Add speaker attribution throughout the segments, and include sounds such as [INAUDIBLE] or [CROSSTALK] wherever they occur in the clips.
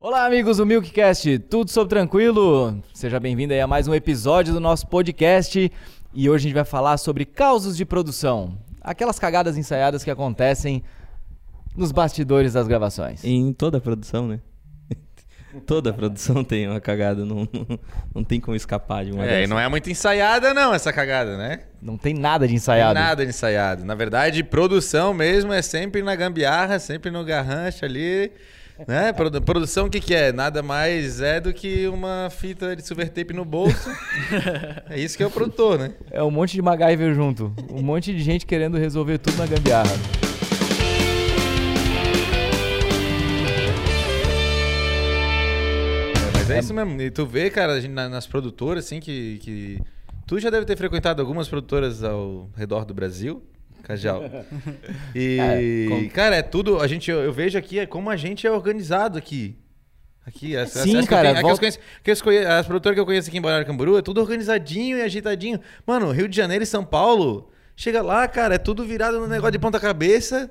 Speaker 1: Olá, amigos do Milkcast, tudo sob tranquilo? Seja bem-vindo aí a mais um episódio do nosso podcast e hoje a gente vai falar sobre causos de produção, aquelas cagadas ensaiadas que acontecem nos bastidores das gravações.
Speaker 2: Em toda a produção, né? [LAUGHS] toda a produção tem uma cagada, não, não, não tem como escapar de uma
Speaker 3: É, e
Speaker 2: dessa.
Speaker 3: não é muito ensaiada não essa cagada, né?
Speaker 1: Não tem nada de
Speaker 3: Não é
Speaker 1: ensaiado.
Speaker 3: nada de ensaiado. Na verdade, produção mesmo é sempre na gambiarra, sempre no garrancho ali, né? Produ- produção o que que é? Nada mais é do que uma fita de silver tape
Speaker 2: [LAUGHS]
Speaker 3: no bolso. é isso que é o produtor, né?
Speaker 1: É um monte de MacGyver junto, um monte de gente querendo resolver tudo na gambiarra.
Speaker 3: Mas é isso mesmo. E tu vê, cara, a gente na- nas produtoras, assim, que, que. Tu já deve ter frequentado algumas produtoras ao redor do Brasil, Cajal. E. cara, é tudo. A gente, eu, eu vejo aqui é como a gente é organizado aqui. Aqui, as, as-
Speaker 1: Sim,
Speaker 3: as que eu
Speaker 1: cara,
Speaker 3: tenho- as que eu
Speaker 1: volta-
Speaker 3: conheço- que eu escolhi- as produtoras que eu conheço aqui em Balneário Camboriú é tudo organizadinho e agitadinho. Mano, Rio de Janeiro e São Paulo, chega lá, cara, é tudo virado no negócio de ponta cabeça.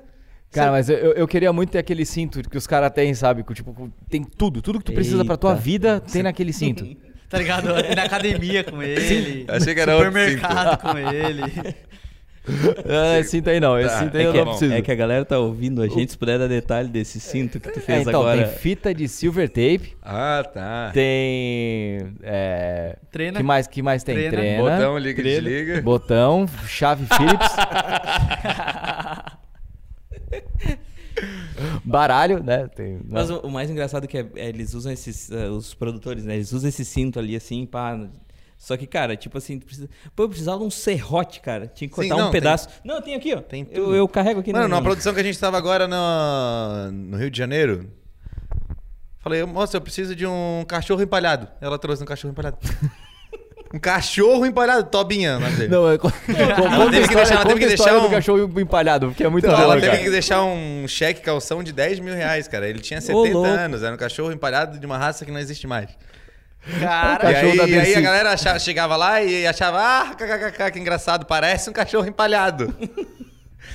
Speaker 1: Cara, mas eu, eu- eu queria muito ter aquele cinto que os caras têm, sabe? Que, tipo, tem tudo, tudo que tu precisa pra tua
Speaker 2: Eita.
Speaker 1: vida tem naquele
Speaker 2: [LAUGHS]
Speaker 1: cinto.
Speaker 4: Tá ligado? Eu fui na academia com ele.
Speaker 3: Achei que era outro
Speaker 4: supermercado com ele.
Speaker 1: Ah, esse cinto aí não, esse
Speaker 3: Tá,
Speaker 1: cinto aí
Speaker 2: É
Speaker 1: eu
Speaker 2: que,
Speaker 1: não
Speaker 2: é-
Speaker 1: preciso.
Speaker 2: é que a galera tá ouvindo a gente, se puder dar detalhe desse cinto que tu
Speaker 1: É,
Speaker 2: fez
Speaker 1: então,
Speaker 2: agora.
Speaker 1: tem fita de silver tape,
Speaker 3: Ah, tá.
Speaker 1: tem. É,
Speaker 4: Treina.
Speaker 1: Que mais, que mais tem? Treina.
Speaker 4: Treina.
Speaker 3: Botão, liga e
Speaker 1: Treina.
Speaker 3: desliga.
Speaker 1: Botão, chave
Speaker 3: [LAUGHS]
Speaker 1: Phillips. Baralho, né? Tem,
Speaker 2: Mas o, o mais engraçado é que é- é eles usam esses. eh, os produtores, né? Eles usam esse cinto ali assim, pá. Só que, cara, tipo assim, tu precisa. Pô, eu precisava de um serrote, cara. Tinha que
Speaker 3: Sim,
Speaker 2: cortar
Speaker 3: não,
Speaker 2: um
Speaker 3: tem-
Speaker 2: pedaço. Não, tem aqui, ó.
Speaker 3: Tem tudo.
Speaker 2: eu, eu carrego aqui né?
Speaker 3: Mano,
Speaker 2: no-
Speaker 3: numa produção que a gente tava agora no, no Rio de Janeiro. Falei, moça, eu preciso de um cachorro empalhado. Ela trouxe um cachorro empalhado. um cachorro empalhado, Tobinha. o nome dele.
Speaker 1: Não, é. co- Conta a
Speaker 3: teve que deixar-
Speaker 1: história,
Speaker 3: ela
Speaker 1: conta
Speaker 3: teve
Speaker 1: a
Speaker 3: que
Speaker 1: história
Speaker 3: deixar
Speaker 1: do
Speaker 3: um-
Speaker 1: cachorro empalhado, porque é muito
Speaker 3: Então,
Speaker 1: da
Speaker 3: ela
Speaker 1: hora,
Speaker 3: teve
Speaker 1: cara.
Speaker 3: que deixar um cheque calção de 10 mil reais, cara. Ele tinha 70
Speaker 2: louco.
Speaker 3: anos, era um cachorro empalhado de uma raça que não existe mais.
Speaker 1: O
Speaker 3: E
Speaker 1: cachorro
Speaker 3: aí,
Speaker 1: da
Speaker 3: e aí
Speaker 1: Dercy.
Speaker 3: a galera achava- chegava lá e achava, ah, kkkk, que engraçado, parece um cachorro empalhado. [LAUGHS]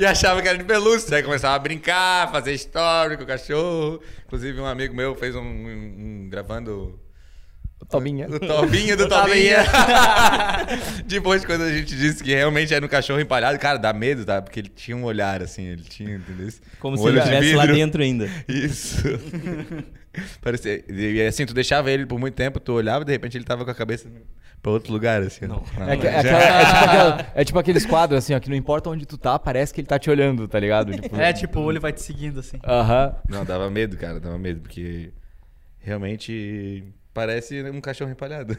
Speaker 3: e achava que era de pelúcia. Aí começava a brincar, fazer história com o cachorro. Inclusive, um amigo meu fez um. um- um- gravando.
Speaker 1: Tobinha.
Speaker 3: O
Speaker 2: [LAUGHS]
Speaker 3: Tobinha do Tobinha. [LAUGHS] Depois, quando a gente disse que realmente era um cachorro empalhado, cara, dá medo, tá? Porque ele tinha um olhar assim, ele tinha, entendeu?
Speaker 2: Como
Speaker 3: Um
Speaker 2: se ele
Speaker 3: olho de
Speaker 2: estivesse lá
Speaker 3: vidro.
Speaker 2: dentro ainda.
Speaker 1: [LAUGHS]
Speaker 3: Isso. Parecia. E e, assim, tu deixava ele por muito tempo, tu olhava e de repente ele tava com a cabeça pra outro lugar, assim. Não.
Speaker 1: É, que- é aquela- é tipo aquela- é tipo aqueles quadros, assim, ó, que não importa onde tu tá, parece que ele tá te olhando, tá ligado? Tipo,
Speaker 4: É, tipo, o olho vai te seguindo assim.
Speaker 1: Aham.
Speaker 3: Não, dava medo, cara, dava medo, porque realmente parece um cachorro [LAUGHS] empalhado.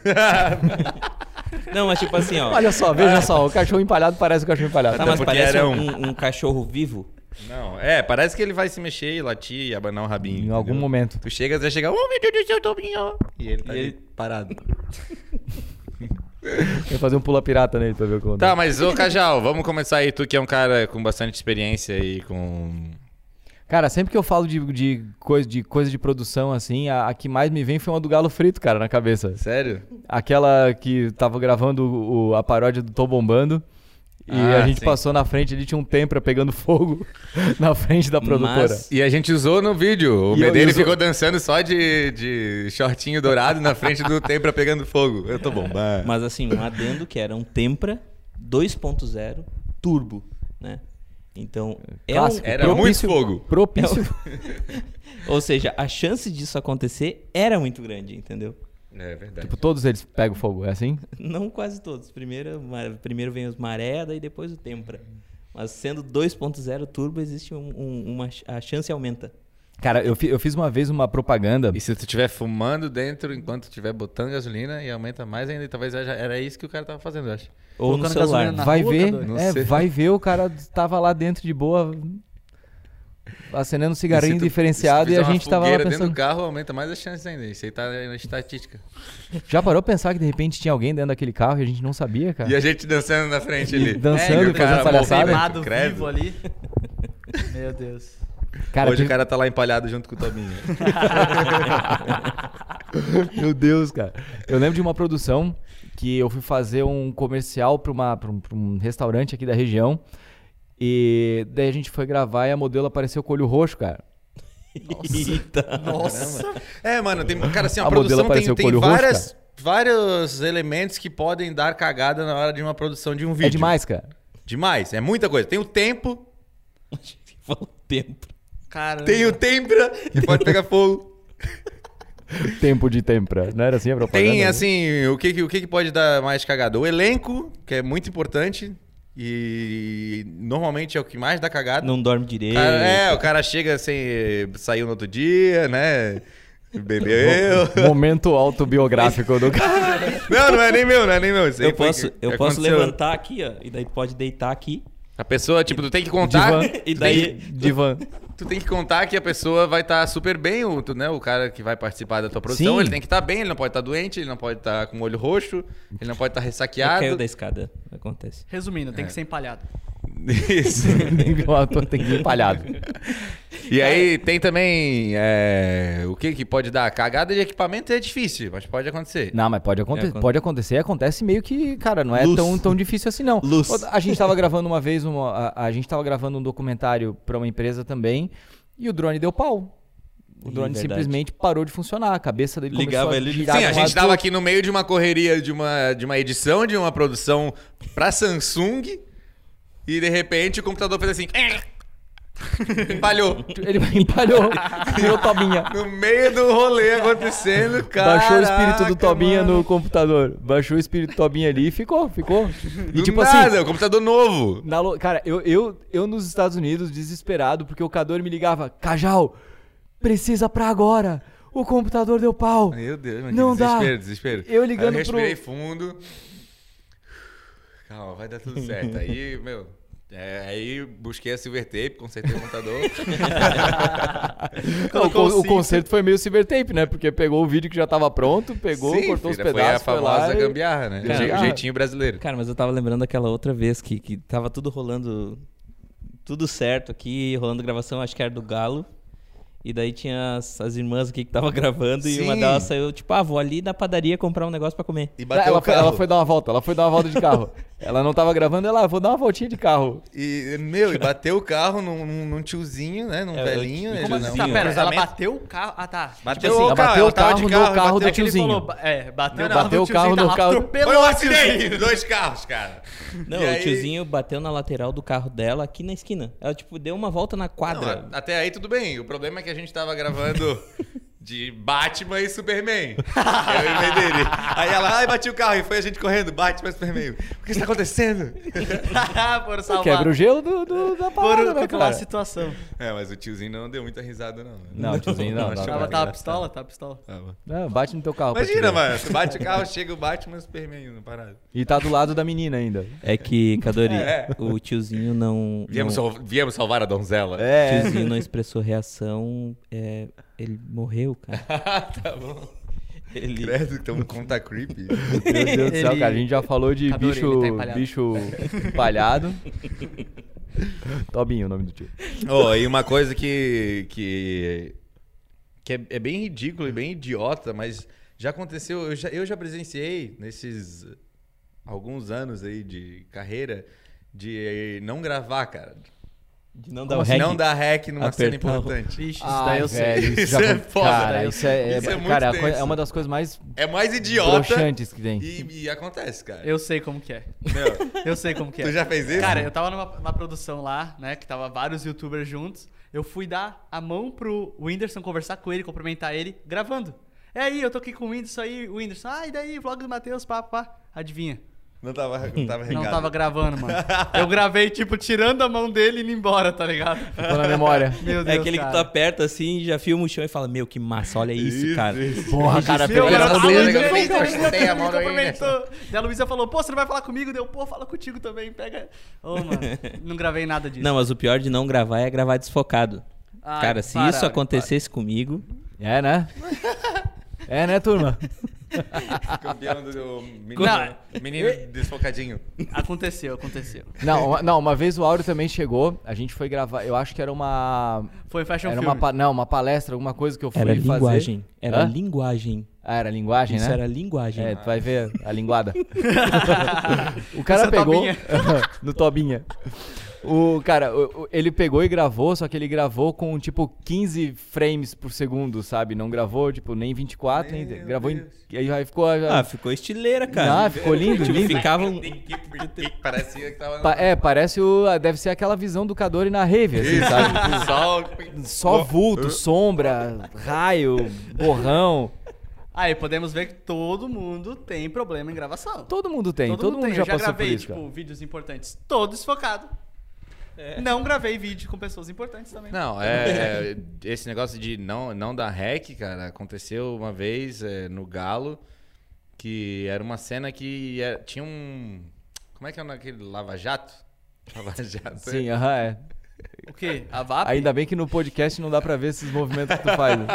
Speaker 2: Não, mas tipo assim, ó.
Speaker 1: Olha só, veja só, o cachorro empalhado parece o cachorro empalhado.
Speaker 2: Tá,
Speaker 3: até
Speaker 2: mas
Speaker 3: porque
Speaker 2: parece
Speaker 3: era
Speaker 2: um... um- um cachorro vivo.
Speaker 3: Não, é, parece que ele vai se mexer, latir e abanar o rabinho.
Speaker 1: Em algum
Speaker 3: entendeu?
Speaker 1: momento.
Speaker 3: Tu chega, você chega, oh meu Deus do céu, Tominho! E ele tá
Speaker 2: E
Speaker 3: ali
Speaker 2: ele-
Speaker 3: parado.
Speaker 1: Eu ia fazer um pula pirata nele pra ver como. é.
Speaker 3: Tá, mas ô Cajal, vamos começar aí, tu que é um cara com bastante experiência e com.
Speaker 1: Cara, sempre que eu falo de, de, coisa, de coisa de produção, assim, a, a que mais me vem foi uma do galo frito, cara, na cabeça.
Speaker 3: Sério?
Speaker 1: Aquela que tava gravando o- o- a paródia do Tô Bombando. E
Speaker 3: Ah,
Speaker 1: a gente
Speaker 3: sim.
Speaker 1: passou na frente, ali tinha um tempra pegando fogo [LAUGHS] na frente da produtora.
Speaker 2: Mas-
Speaker 3: E a gente usou no vídeo. O
Speaker 1: E eu-
Speaker 3: Medeiros
Speaker 1: e usou-
Speaker 3: ficou dançando só de, de shortinho dourado na frente do Tempra pegando fogo. Eu tô bombando.
Speaker 2: Mas assim, um adendo que era um Tempra 2.0 turbo, né? Então, é um,
Speaker 1: Clássico.
Speaker 3: Era
Speaker 1: propício-
Speaker 3: muito fogo.
Speaker 1: Propício.
Speaker 2: ou seja, a chance disso acontecer era muito grande, entendeu?
Speaker 3: É verdade.
Speaker 1: Tipo, todos eles pegam fogo, é assim?
Speaker 2: Não quase todos. Primeiro, ma- primeiro vem os Maré, daí depois o Tempra. Mas sendo 2.0 turbo, existe um- um- uma ch- a chance aumenta.
Speaker 1: Cara, eu, fi- eu fiz uma vez uma propaganda.
Speaker 3: E se tu estiver fumando dentro enquanto estiver botando gasolina e aumenta mais ainda, e talvez haja- era isso que o cara tava fazendo, eu acho.
Speaker 2: Ou no
Speaker 4: Colocando
Speaker 2: celular. [LAUGHS]
Speaker 4: gasolina na
Speaker 1: vai
Speaker 4: rua,
Speaker 1: ver,
Speaker 4: Cadu?
Speaker 3: Não
Speaker 1: é,
Speaker 3: sei.
Speaker 1: vai ver, o cara tava lá dentro de boa, acendendo um cigarrinho
Speaker 3: se tu-
Speaker 1: diferenciado e
Speaker 3: se tu
Speaker 1: a
Speaker 3: fizer uma
Speaker 1: gente tava lá
Speaker 3: fogueira dentro
Speaker 1: pensando.
Speaker 3: do carro, aumenta mais a chance ainda. Isso aí tá na estatística.
Speaker 1: Já parou pra pensar que de repente tinha alguém dentro daquele carro e a gente não sabia, cara?
Speaker 3: E a gente dançando na frente ali.
Speaker 1: Tá. Dançando,
Speaker 3: É, e o cara
Speaker 1: fazendo palhaçada.
Speaker 3: morrendo,
Speaker 4: Queimado
Speaker 3: credo.
Speaker 4: vivo ali. Meu Deus.
Speaker 1: Cara,
Speaker 3: Hoje
Speaker 1: teve-
Speaker 3: o cara tá lá empalhado junto com o Tominho.
Speaker 1: [LAUGHS] Meu Deus, cara. Eu lembro de uma produção que eu fui fazer um comercial pra, uma, pra, um, pra um restaurante aqui da região. E daí a gente foi gravar e a modelo apareceu com o olho roxo, cara.
Speaker 2: Eita. [LAUGHS]
Speaker 3: Nossa. É, mano, tem, cara, assim, a,
Speaker 1: A modelo
Speaker 3: produção tem,
Speaker 1: apareceu com
Speaker 3: tem
Speaker 1: olho roxo,
Speaker 3: várias, vários elementos que podem dar cagada na hora de uma produção de um vídeo.
Speaker 1: É demais, cara.
Speaker 3: Demais, é muita coisa. Tem o tempo,
Speaker 2: Falou tempo.
Speaker 4: Cara.
Speaker 3: tem o tempra, que pode pegar fogo.
Speaker 1: Tempo de tempra. Não era assim a propaganda?
Speaker 3: Tem,
Speaker 1: né?
Speaker 3: assim, o que, que- o que que pode dar mais cagada? O elenco, que é muito importante e normalmente é o que mais dá cagada.
Speaker 2: Não dorme direito.
Speaker 3: Cara, é, o cara chega assim, saiu no outro dia, né? Bebeu.
Speaker 1: Momento autobiográfico
Speaker 3: [LAUGHS]
Speaker 1: do cara.
Speaker 3: Não, não é nem meu, não é nem meu. Isso aí
Speaker 2: Eu
Speaker 3: foi
Speaker 2: posso,
Speaker 3: que-
Speaker 2: eu
Speaker 3: que
Speaker 2: posso
Speaker 3: aconteceu.
Speaker 2: levantar aqui, ó. E daí tu pode deitar aqui. [LAUGHS]
Speaker 3: A pessoa, tipo, tu tem que contar.
Speaker 1: Divã.
Speaker 2: E daí.
Speaker 1: Divan.
Speaker 3: [LAUGHS] Tu tem que contar que a pessoa vai estar super bem, o, tu, né, o cara que vai participar da tua produção,
Speaker 1: Sim.
Speaker 3: ele tem que estar bem, ele não pode estar doente, ele não pode estar com o olho roxo, ele não pode estar
Speaker 2: eu
Speaker 3: ressaqueado.
Speaker 2: Caiu da escada. Acontece.
Speaker 4: Resumindo, tem que ser empalhado.
Speaker 1: [LAUGHS]
Speaker 3: Isso.
Speaker 1: Tem que- o ator tem que ir empalhado.
Speaker 3: E aí tem também é, o que que pode dar? Cagada de equipamento é difícil, mas pode acontecer.
Speaker 1: Não, mas pode, aconte
Speaker 2: É, aconte-
Speaker 1: pode acontecer, acontece meio que, cara, não é
Speaker 2: Luz.
Speaker 1: tão, tão difícil assim, não.
Speaker 2: Luz.
Speaker 1: A gente tava gravando uma vez, uma- a, a gente tava gravando um documentário pra uma empresa também, e o drone deu pau. O
Speaker 2: Ih,
Speaker 1: drone
Speaker 2: verdade.
Speaker 1: simplesmente parou de funcionar, a cabeça dele
Speaker 2: Ligava
Speaker 1: começou a
Speaker 2: ele-
Speaker 1: girar
Speaker 3: Sim,
Speaker 1: de
Speaker 3: a
Speaker 1: um
Speaker 3: gente
Speaker 1: lado
Speaker 3: tava
Speaker 1: pro
Speaker 3: aqui no meio de uma correria, de uma, de uma edição, de uma produção pra Samsung, e de repente o computador fez assim... [LAUGHS] Empalhou.
Speaker 1: outro. [LAUGHS] Ele empalhou, virou Tobinha.
Speaker 3: No meio do rolê acontecendo, cara.
Speaker 1: Baixou o espírito do Tobinha no computador. Baixou o espírito do Tobinha ali e ficou, ficou. E
Speaker 3: Do
Speaker 1: tipo assim,
Speaker 3: nada, o computador novo.
Speaker 1: Na lo- Cara, eu, eu, eu nos Estados Unidos, desesperado, porque o Cador me ligava, Cajal, precisa pra agora. O computador deu pau.
Speaker 3: Meu Deus, mas
Speaker 1: Não
Speaker 3: que
Speaker 1: dá.
Speaker 3: desespero, desespero.
Speaker 1: Eu ligando
Speaker 3: Aí eu respirei
Speaker 1: pro-
Speaker 3: fundo. Calma, vai dar tudo certo. Aí, meu. é, aí busquei a silver tape, consertei o computador.
Speaker 1: Não, o,
Speaker 4: Colocou
Speaker 1: con-
Speaker 4: o
Speaker 1: o
Speaker 4: cinto.
Speaker 1: conserto foi meio Cybertape, né? Porque pegou o vídeo que já tava pronto, [LAUGHS] pegou,
Speaker 3: Sim,
Speaker 1: cortou os
Speaker 3: filha,
Speaker 1: pedaços,
Speaker 3: Foi a famosa
Speaker 1: lá e-
Speaker 3: gambiarra, né?
Speaker 1: Cara,
Speaker 3: Je-
Speaker 1: gambiarra.
Speaker 3: jeitinho brasileiro.
Speaker 2: Cara, mas eu tava lembrando daquela outra vez que, que tava tudo rolando. Tudo certo aqui, rolando gravação, acho que era do Galo. E daí tinha as, as irmãs aqui que tava [LAUGHS] gravando e uma
Speaker 3: Sim.
Speaker 2: delas saiu, tipo, ah, vou ali na padaria comprar um negócio pra comer.
Speaker 3: E
Speaker 1: ela, foi, ela foi dar uma volta, ela foi dar uma volta de
Speaker 3: [LAUGHS]
Speaker 1: carro. ela não tava gravando, ela, "Ah, vou dar uma voltinha de carro.
Speaker 3: E, meu, e bateu o carro num, num- num tiozinho, né? Num
Speaker 2: É,
Speaker 3: velhinho.
Speaker 2: o tio-
Speaker 3: né?
Speaker 4: Como
Speaker 2: Tiozinho.
Speaker 4: assim? Tá, pera, ela
Speaker 3: Cruzamento.
Speaker 4: bateu o carro. Ah, tá.
Speaker 3: Bateu
Speaker 1: assim,
Speaker 3: o
Speaker 1: ela
Speaker 3: carro,
Speaker 1: bateu
Speaker 3: ela
Speaker 1: o
Speaker 3: tava de
Speaker 1: carro no
Speaker 3: carro,
Speaker 1: carro do
Speaker 3: bateu-
Speaker 4: É que ele
Speaker 1: tiozinho.
Speaker 4: falou, ba- é, bateu,
Speaker 1: Não, não, bateu o
Speaker 4: tiozinho
Speaker 1: carro
Speaker 4: tá
Speaker 1: no
Speaker 4: lá,
Speaker 1: carro.
Speaker 4: Atropelou
Speaker 3: Foi um
Speaker 4: o tiozinho. [LAUGHS]
Speaker 3: acidente, [LAUGHS] dois carros, cara.
Speaker 2: Não,
Speaker 3: E
Speaker 2: o
Speaker 3: aí-
Speaker 2: tiozinho bateu na lateral do carro dela aqui na esquina. Ela, tipo, deu uma volta na quadra.
Speaker 3: Não, é- a- até aí tudo bem. O problema é que a gente tava gravando de Batman e Superman. Eu e o dele. Aí ela, ai, bati o carro e foi a gente correndo, Batman e Superman. O que está acontecendo?
Speaker 4: Foram salvar.
Speaker 1: Quebra o gelo do, do- da parada,
Speaker 4: Foram
Speaker 1: né,
Speaker 4: controlar a
Speaker 1: cara?
Speaker 4: situação.
Speaker 3: É, mas o tiozinho não deu muita risada, não. né?
Speaker 1: Não, o tiozinho não, não,
Speaker 3: achou
Speaker 1: não.
Speaker 4: Tava,
Speaker 3: muito
Speaker 4: tava
Speaker 3: engraçado.
Speaker 4: pistola, tava pistola.
Speaker 3: Tava.
Speaker 1: Não, bate no teu carro. pra te
Speaker 3: Imagina,
Speaker 1: ver.
Speaker 3: mano. Tu bate o carro, chega o Batman e o Superman na parada.
Speaker 1: E tá do lado da menina ainda.
Speaker 2: É
Speaker 3: [LAUGHS]
Speaker 2: que, Cadori, o tiozinho não.
Speaker 3: É. Viemos,
Speaker 2: não
Speaker 3: sal- viemos salvar a donzela.
Speaker 2: o
Speaker 1: É.
Speaker 2: tiozinho não expressou reação. é, ele morreu,
Speaker 3: [LAUGHS]
Speaker 2: cara.
Speaker 3: [LAUGHS] tá bom.
Speaker 2: Ele.
Speaker 3: Credo, então conta creepy.
Speaker 1: Meu Deus do céu,
Speaker 4: Ele-
Speaker 1: cara. A gente já falou de
Speaker 4: Adorei,
Speaker 1: bicho,
Speaker 4: ele tá empalhado.
Speaker 1: bicho empalhado. Tobinho, o nome do tio.
Speaker 3: Oh, e uma coisa que. que, que é, é bem ridículo e bem idiota, mas já aconteceu. Eu já, eu já presenciei nesses alguns anos aí de carreira de não gravar, cara. assim
Speaker 2: De não dar o
Speaker 1: Como
Speaker 2: rec.
Speaker 3: Não dar hack numa cena
Speaker 2: Apertar o-
Speaker 3: importante.
Speaker 4: Vixe, isso daí eu sei.
Speaker 1: velho,
Speaker 3: Isso é
Speaker 1: foi-
Speaker 3: foda,
Speaker 1: Cara,
Speaker 4: velho.
Speaker 1: isso é,
Speaker 3: Isso é muito
Speaker 1: cara, a coi-
Speaker 3: tenso.
Speaker 1: é uma das coisas mais
Speaker 3: É mais idiota
Speaker 1: broxantes que tem.
Speaker 3: e, e acontece, cara.
Speaker 4: Eu sei como que é.
Speaker 3: Meu,
Speaker 4: Eu sei como que é.
Speaker 3: tu já fez isso?
Speaker 4: Cara, eu tava numa, numa produção lá, né? Que tava vários youtubers juntos. Eu fui dar a mão pro Whindersson conversar com ele, cumprimentar ele, gravando. É aí, eu tô aqui com o Whindersson aí, o Whindersson. Ah, e daí, vlog do Matheus, pá, pá. Adivinha?
Speaker 3: Não tava, não tava
Speaker 4: Não
Speaker 3: recado.
Speaker 4: tava gravando, mano. Eu gravei, tipo, tirando a mão dele e indo embora, tá ligado?
Speaker 1: Ficou na
Speaker 3: [LAUGHS]
Speaker 1: memória.
Speaker 4: Meu
Speaker 2: É
Speaker 4: Deus,
Speaker 2: aquele que tu
Speaker 4: cara.
Speaker 2: aperta assim, já filma o chão e fala: Meu, que massa, olha isso,
Speaker 3: Isso,
Speaker 2: cara.
Speaker 1: Porra, cara,
Speaker 4: Meu,
Speaker 1: pegou
Speaker 3: Deus,
Speaker 1: na
Speaker 4: era
Speaker 3: essa
Speaker 4: a
Speaker 3: mulher,
Speaker 4: Luísa,
Speaker 3: eu também
Speaker 4: vem, cara,
Speaker 3: cortei né? a
Speaker 4: me
Speaker 3: mão do
Speaker 4: cumprimentou. Daí a Luísa falou, pô, você não vai falar comigo? Deu, pô, fala contigo também, pega... Ô, mano, não gravei nada disso.
Speaker 2: Não, mas o pior de não gravar é gravar desfocado.
Speaker 4: Ai,
Speaker 2: cara, se
Speaker 4: para,
Speaker 2: isso
Speaker 4: olha,
Speaker 2: acontecesse comigo,
Speaker 1: É,
Speaker 3: [LAUGHS]
Speaker 1: né? É, né, turma?
Speaker 3: Campeão do menino,
Speaker 4: Não.
Speaker 3: menino desfocadinho.
Speaker 4: Aconteceu, aconteceu.
Speaker 1: Não, uma, não, uma vez o Áureo também chegou, a gente foi gravar, eu acho que era uma...
Speaker 4: Foi fashion
Speaker 1: Era
Speaker 4: filme.
Speaker 3: um
Speaker 1: uma, pa- não, uma palestra, alguma coisa que eu fui
Speaker 2: era
Speaker 1: fazer.
Speaker 2: linguagem. Era
Speaker 1: Hã?
Speaker 2: linguagem.
Speaker 1: Ah, era linguagem,
Speaker 2: Isso
Speaker 1: né?
Speaker 2: era linguagem.
Speaker 1: É, tu vai ver a linguada. o cara
Speaker 4: Essa
Speaker 1: pegou [LAUGHS]
Speaker 4: tobinha.
Speaker 1: no tobinha. O cara, o- o- ele pegou e gravou, só que ele gravou com tipo 15 frames por segundo, sabe? Não gravou tipo nem 24, nem gravou em, aí aí ficou a-
Speaker 2: Ah, ficou estileira, cara.
Speaker 1: Ah, ficou lindo,
Speaker 2: Tipo,
Speaker 1: lindo.
Speaker 2: ficava um...
Speaker 3: Parecia que tava.
Speaker 1: Pa- é, parece o ah, deve ser aquela visão do Cadore na rave, assim, sabe?
Speaker 3: Sol.
Speaker 1: Só vulto, sombra, raio, borrão.
Speaker 4: Aí podemos ver que todo mundo tem problema em gravação.
Speaker 1: Todo mundo tem, todo, mundo
Speaker 4: tem.
Speaker 1: já,
Speaker 4: Eu já
Speaker 1: passou
Speaker 4: gravei,
Speaker 1: por isso.
Speaker 4: tipo,
Speaker 1: cara.
Speaker 4: vídeos importantes. Todo desfocado.
Speaker 3: É.
Speaker 4: Não gravei vídeo com pessoas importantes também.
Speaker 3: Não, é. Esse negócio de não, não dar hack, cara, aconteceu uma vez é, no Galo, que era uma cena que é- tinha um. Como é que é naquele Lava Jato? [LAUGHS] Lava Jato. né?
Speaker 1: Sim, aham, é.
Speaker 4: O quê? A VAP?
Speaker 1: Ainda bem que no podcast não dá pra ver esses movimentos que tu faz. né?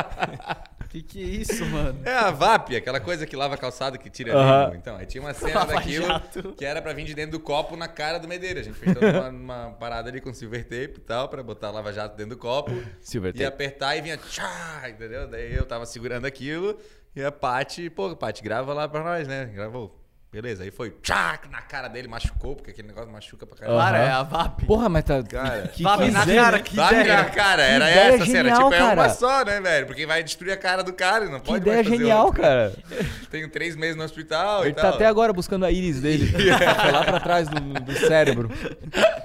Speaker 4: Que que é
Speaker 3: [LAUGHS]
Speaker 4: isso, mano?
Speaker 3: É a VAP, aquela coisa que lava calçado que tira
Speaker 1: Aham.
Speaker 3: língua. Então, aí tinha uma cena
Speaker 4: Lava
Speaker 3: daquilo
Speaker 4: Jato.
Speaker 3: que era pra vir de dentro do copo na cara do Medeira. A gente fez toda uma, uma parada ali com silver tape e tal, pra botar lava jato dentro do copo.
Speaker 1: Silver
Speaker 3: E
Speaker 1: tape.
Speaker 3: apertar e vinha tchá, entendeu? Daí eu tava segurando aquilo e a Paty, pô, Paty, grava lá pra nós, né? Gravou. Beleza, aí foi tchá na cara dele, machucou, porque aquele negócio machuca pra caralho.
Speaker 1: Aham.
Speaker 4: Para, é a VAP.
Speaker 1: Porra, mas tá.
Speaker 3: Cara.
Speaker 1: que
Speaker 4: VAP na
Speaker 1: quiser,
Speaker 4: cara,
Speaker 1: né?
Speaker 4: que
Speaker 3: Sabe,
Speaker 4: ideia.
Speaker 3: cara, cara,
Speaker 1: Que
Speaker 3: era
Speaker 1: ideia
Speaker 3: essa cena.
Speaker 1: genial,
Speaker 3: Tipo, é uma
Speaker 1: cara.
Speaker 3: só, né, velho? Porque vai destruir a cara do cara, não
Speaker 1: Que
Speaker 3: pode
Speaker 1: ideia
Speaker 3: mais fazer
Speaker 1: genial,
Speaker 3: outra. então.
Speaker 1: cara.
Speaker 3: Tenho três meses no hospital
Speaker 1: Ele
Speaker 3: e
Speaker 1: tá
Speaker 3: tal.
Speaker 1: até agora buscando a íris dele. Foi lá pra trás do, do cérebro.
Speaker 3: [LAUGHS]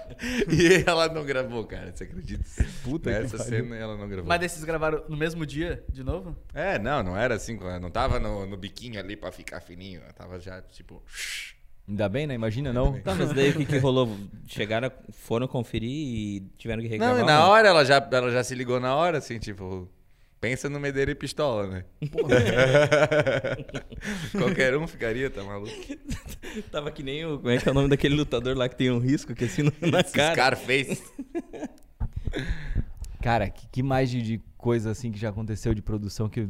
Speaker 3: E ela não gravou, cara, você acredita?
Speaker 1: Puta que
Speaker 3: Nessa
Speaker 1: pariu.
Speaker 3: cena ela não gravou.
Speaker 4: Mas daí vocês gravaram no mesmo dia, de novo?
Speaker 3: É, não, não era assim, não tava no, no biquinho ali pra ficar fininho. ela Tava já, tipo...
Speaker 1: Ainda bem, né? Imagina, não.
Speaker 2: Tá, mas daí o que, que rolou? Chegaram, foram conferir e tiveram que regravar. um-
Speaker 3: Não, e na hora ela já, ela já se ligou na hora, assim, tipo... Pensa no Medeira e Pistola, né? [LAUGHS] Qualquer um ficaria, tá maluco?
Speaker 2: Tava que nem o... Como é que é o nome daquele lutador lá que tem um risco que assim [LAUGHS] na- na cara?
Speaker 3: Scarface.
Speaker 1: Cara, que, que mais de, de coisa assim que já aconteceu de produção que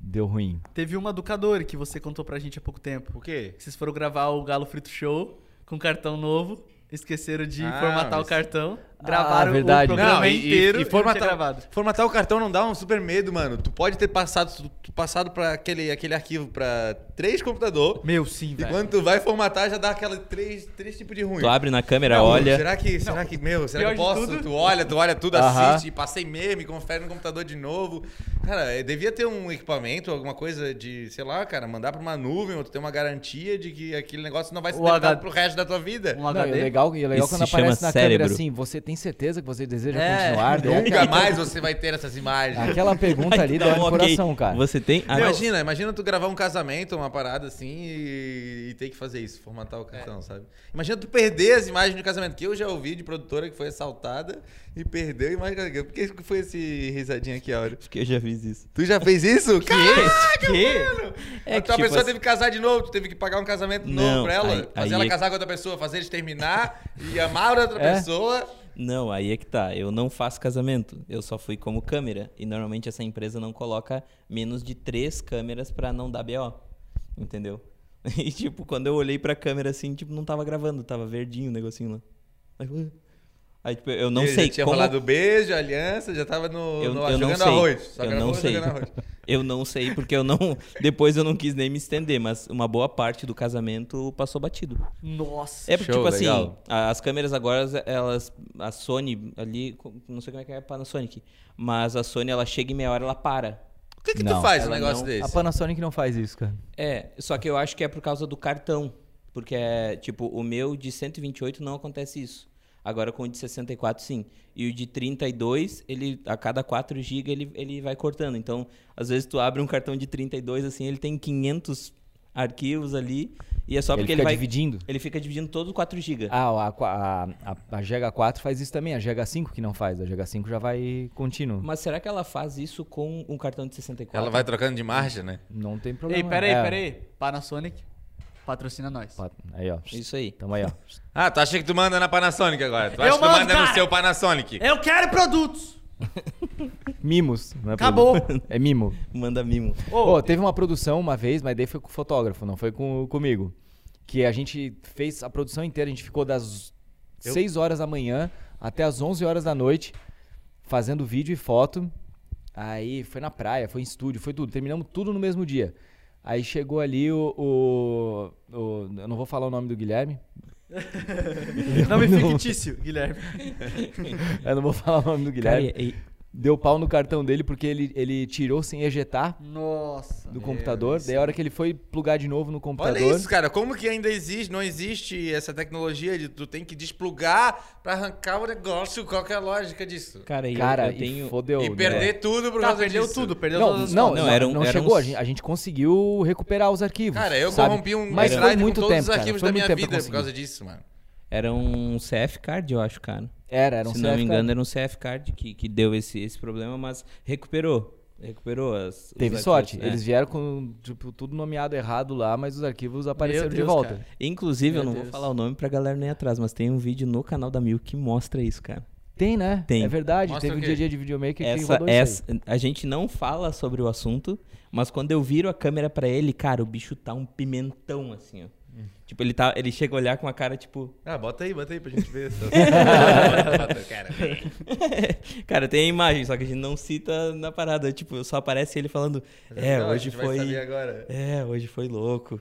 Speaker 1: deu ruim?
Speaker 4: Teve uma do Cadore que você contou pra gente há pouco tempo.
Speaker 3: O quê?
Speaker 4: Que vocês foram gravar o Galo Frito Show com cartão novo. Esqueceram de
Speaker 3: Ah,
Speaker 4: formatar o
Speaker 3: mas-
Speaker 4: cartão. Gravaram
Speaker 1: Ah, verdade.
Speaker 4: o programa
Speaker 3: Não, e- e-
Speaker 4: inteiro
Speaker 3: e
Speaker 4: e,
Speaker 3: formatar-
Speaker 4: não tinha gravado.
Speaker 3: Formatar o cartão não dá um super medo, mano. Tu pode ter passado, tu- tu passado pra aquele, aquele arquivo pra três computador.
Speaker 4: Meu, sim,
Speaker 3: E
Speaker 4: velho.
Speaker 3: quando tu vai formatar, já dá aquela três, três tipos de ruim.
Speaker 2: Tu abre na câmera,
Speaker 3: Não,
Speaker 2: olha...
Speaker 3: Será que, será que, meu, será que
Speaker 4: Pior
Speaker 3: eu
Speaker 4: de
Speaker 3: posso?
Speaker 4: tudo-
Speaker 3: Tu olha, tu olha tudo,
Speaker 1: Aham.
Speaker 3: assiste, passei meme, confere no computador de novo. Cara, eh, devia ter um equipamento, alguma coisa de, sei lá, cara, mandar pra uma nuvem, ou tu ter uma garantia de que aquele negócio não vai ser
Speaker 4: O
Speaker 3: adaptado
Speaker 4: H-
Speaker 3: pro resto da tua vida.
Speaker 4: Um
Speaker 1: Não, e é
Speaker 4: HD.
Speaker 1: legal, e é legal
Speaker 2: Isso
Speaker 1: quando
Speaker 2: se chama
Speaker 1: aparece na câmera
Speaker 2: cérebro.
Speaker 1: assim, você tem certeza que você deseja
Speaker 4: É,
Speaker 1: continuar? Daí
Speaker 3: Nunca
Speaker 1: aquela-
Speaker 3: mais você vai ter essas imagens.
Speaker 1: Aquela
Speaker 2: [LAUGHS]
Speaker 1: pergunta tá ali dói
Speaker 2: Não,
Speaker 1: no
Speaker 2: um ok.
Speaker 1: coração, cara.
Speaker 2: Você tem... Ah, não.
Speaker 3: imagina, imagina tu gravar um casamento, uma parada assim e, e ter que fazer isso, formatar o cartão, sabe? Imagina tu perder as imagens do casamento, que eu já ouvi de produtora que foi assaltada e perdeu a imagem. do casamento. Por que que foi esse risadinho aqui, Áureo?
Speaker 2: Acho que eu já fiz isso.
Speaker 3: Tu já fez isso? Caraca,
Speaker 2: Que? É
Speaker 3: a
Speaker 2: que,
Speaker 3: tua
Speaker 2: tipo,
Speaker 3: pessoa
Speaker 2: assim-
Speaker 3: teve que casar de novo, tu teve que pagar um casamento novo
Speaker 2: Não,
Speaker 3: pra ela.
Speaker 2: aí-
Speaker 3: fazer
Speaker 2: aí
Speaker 3: ela
Speaker 2: é-
Speaker 3: casar com outra pessoa, fazer eles terminar e amar outra
Speaker 1: É.
Speaker 3: pessoa.
Speaker 2: Não, aí é que tá. Eu não faço casamento. Eu só fui como câmera. E normalmente essa empresa não coloca menos de três câmeras pra não dar BO. Entendeu? [LAUGHS] E tipo, quando eu olhei pra câmera assim, tipo, não tava gravando, tava verdinho o negocinho lá. Aí, ué. Aí, tipo, eu não
Speaker 3: Ele
Speaker 2: sei
Speaker 3: Já tinha
Speaker 2: como...
Speaker 3: falado beijo, aliança, já tava no,
Speaker 2: Eu,
Speaker 3: no-
Speaker 2: eu não
Speaker 3: jogando
Speaker 2: sei.
Speaker 3: arroz. Só
Speaker 2: eu
Speaker 3: gravou
Speaker 2: não sei.
Speaker 3: jogando arroz.
Speaker 2: Eu não sei porque eu não. [LAUGHS] Depois eu não quis nem me estender, mas uma boa parte do casamento passou batido.
Speaker 4: Nossa.
Speaker 2: É porque,
Speaker 3: Show,
Speaker 2: tipo assim,
Speaker 3: legal.
Speaker 2: a- as câmeras agora, elas. A Sony ali. co- Não sei como é que é a Panasonic. Mas a Sony, ela chega em meia hora ela para.
Speaker 3: O que que tu
Speaker 1: Não,
Speaker 3: faz um
Speaker 2: ela
Speaker 3: negócio
Speaker 2: não-
Speaker 1: A
Speaker 3: desse?
Speaker 1: Panasonic não faz isso, cara.
Speaker 2: É, só que eu acho que é por causa do cartão. Porque, é, tipo, o meu de 128 não acontece isso. Agora com o de 64, sim. E o de 32, ele, a cada 4 GB, ele, ele vai cortando. Então, às vezes tu abre um cartão de 32, assim, ele tem 500 arquivos ali. E é só
Speaker 1: Ele
Speaker 2: porque
Speaker 1: fica
Speaker 2: ele, vai...
Speaker 1: dividindo.
Speaker 2: Ele fica dividindo todos os 4 GB.
Speaker 1: Ah, a, a, a, a GH4 faz isso também, a GH5 que não faz. A GH5 já vai contínuo.
Speaker 2: Mas será que ela faz isso com um cartão de 64?
Speaker 3: Ela vai trocando de marcha, né?
Speaker 1: Não tem problema.
Speaker 4: Ei, peraí,
Speaker 1: É,
Speaker 4: peraí. Panasonic, patrocina nós.
Speaker 1: pa- Aí, ó.
Speaker 2: Isso aí.
Speaker 1: Tamo aí, ó.
Speaker 3: Ah, tu acha que tu manda na Panasonic agora? Tu
Speaker 4: Eu
Speaker 3: acha que tu
Speaker 4: mando,
Speaker 3: manda no
Speaker 4: cara!
Speaker 3: seu
Speaker 2: É
Speaker 3: Panasonic?
Speaker 4: Eu quero produtos!
Speaker 1: Mimos. Não é
Speaker 4: Acabou.
Speaker 1: produto. É mimo.
Speaker 2: Manda mimo.
Speaker 1: Ô,
Speaker 4: Ô,
Speaker 1: teve uma produção uma vez, mas daí foi com o fotógrafo, não foi com, comigo. Que a gente fez a produção inteira, a gente ficou das 6 horas da manhã até as 11 horas da noite fazendo vídeo e foto. Aí foi na praia, foi em estúdio, foi tudo. Terminamos tudo no mesmo dia. Aí chegou ali o. o- o- eu não vou falar o nome do Guilherme, [LAUGHS]
Speaker 4: Nome
Speaker 1: não-
Speaker 4: fictício, Guilherme.
Speaker 1: Eu não vou falar o nome do Guilherme.
Speaker 2: Cara, e- e-
Speaker 1: Deu pau no cartão dele porque ele, ele tirou sem ejetar
Speaker 4: Nossa.
Speaker 1: do computador. Daí a hora que ele foi plugar de novo no
Speaker 2: um
Speaker 1: computador.
Speaker 3: Olha isso, cara. Como que ainda existe, não existe essa tecnologia de tu tem que desplugar pra arrancar o negócio? Qual que é a lógica disso?
Speaker 2: cara, e
Speaker 1: Cara,
Speaker 2: eu, eu tenho.
Speaker 1: e fodeu.
Speaker 3: e
Speaker 1: né?
Speaker 3: perder tudo por
Speaker 4: Tá,
Speaker 3: causa
Speaker 4: perdeu
Speaker 3: disso.
Speaker 4: tudo, perdeu
Speaker 1: Não,
Speaker 4: todas as
Speaker 1: não,
Speaker 4: fotos.
Speaker 1: não,
Speaker 2: Não, era um-
Speaker 1: não
Speaker 2: era
Speaker 1: chegou.
Speaker 2: uns-
Speaker 1: A, gente, a gente conseguiu recuperar os arquivos.
Speaker 3: Cara, eu
Speaker 1: sabe?
Speaker 3: corrompi um
Speaker 1: Mas foi
Speaker 3: pendrive
Speaker 1: muito
Speaker 3: com todos
Speaker 1: tempo,
Speaker 3: os
Speaker 1: cara,
Speaker 3: arquivos
Speaker 1: foi
Speaker 3: da
Speaker 1: muito
Speaker 3: minha
Speaker 1: tempo pra
Speaker 3: vida por
Speaker 1: conseguir.
Speaker 3: causa disso, mano.
Speaker 2: Era um CF Card, eu acho, cara.
Speaker 1: Era, era um
Speaker 2: Se não me
Speaker 1: CF,
Speaker 2: engano, era um CF Card que, que deu esse, esse problema, mas recuperou. Recuperou as. os
Speaker 1: Teve
Speaker 2: arquivos,
Speaker 1: sorte.
Speaker 2: né?
Speaker 1: Eles vieram com tipo, tudo nomeado errado lá, mas os arquivos apareceram de
Speaker 4: Deus,
Speaker 1: volta.
Speaker 4: cara.
Speaker 2: Inclusive, eu
Speaker 4: Meu
Speaker 2: não vou
Speaker 4: Deus.
Speaker 2: falar o nome pra galera nem atrás, mas tem um vídeo no canal da Mil que mostra isso, cara.
Speaker 1: Tem, né?
Speaker 2: Tem.
Speaker 1: É verdade.
Speaker 3: Mostra
Speaker 1: Teve
Speaker 3: o
Speaker 1: um
Speaker 3: quê?
Speaker 1: dia a dia de videomaker que
Speaker 2: Essa,
Speaker 1: rodou isso
Speaker 2: essa, a gente não fala sobre o assunto, mas quando eu viro a câmera pra ele, cara, o bicho tá um pimentão, assim, ó.
Speaker 1: Hum.
Speaker 2: Tipo, ele, tá, ele chega a olhar com a cara, tipo...
Speaker 3: Ah, bota aí, bota aí pra gente [LAUGHS] ver. cara,
Speaker 2: [LAUGHS] cara, tem a imagem, só que a gente não cita na parada. Tipo, só aparece ele falando... É,
Speaker 3: Não, a
Speaker 2: hoje
Speaker 3: gente vai
Speaker 2: foi...
Speaker 3: saber agora.
Speaker 2: É, hoje foi louco.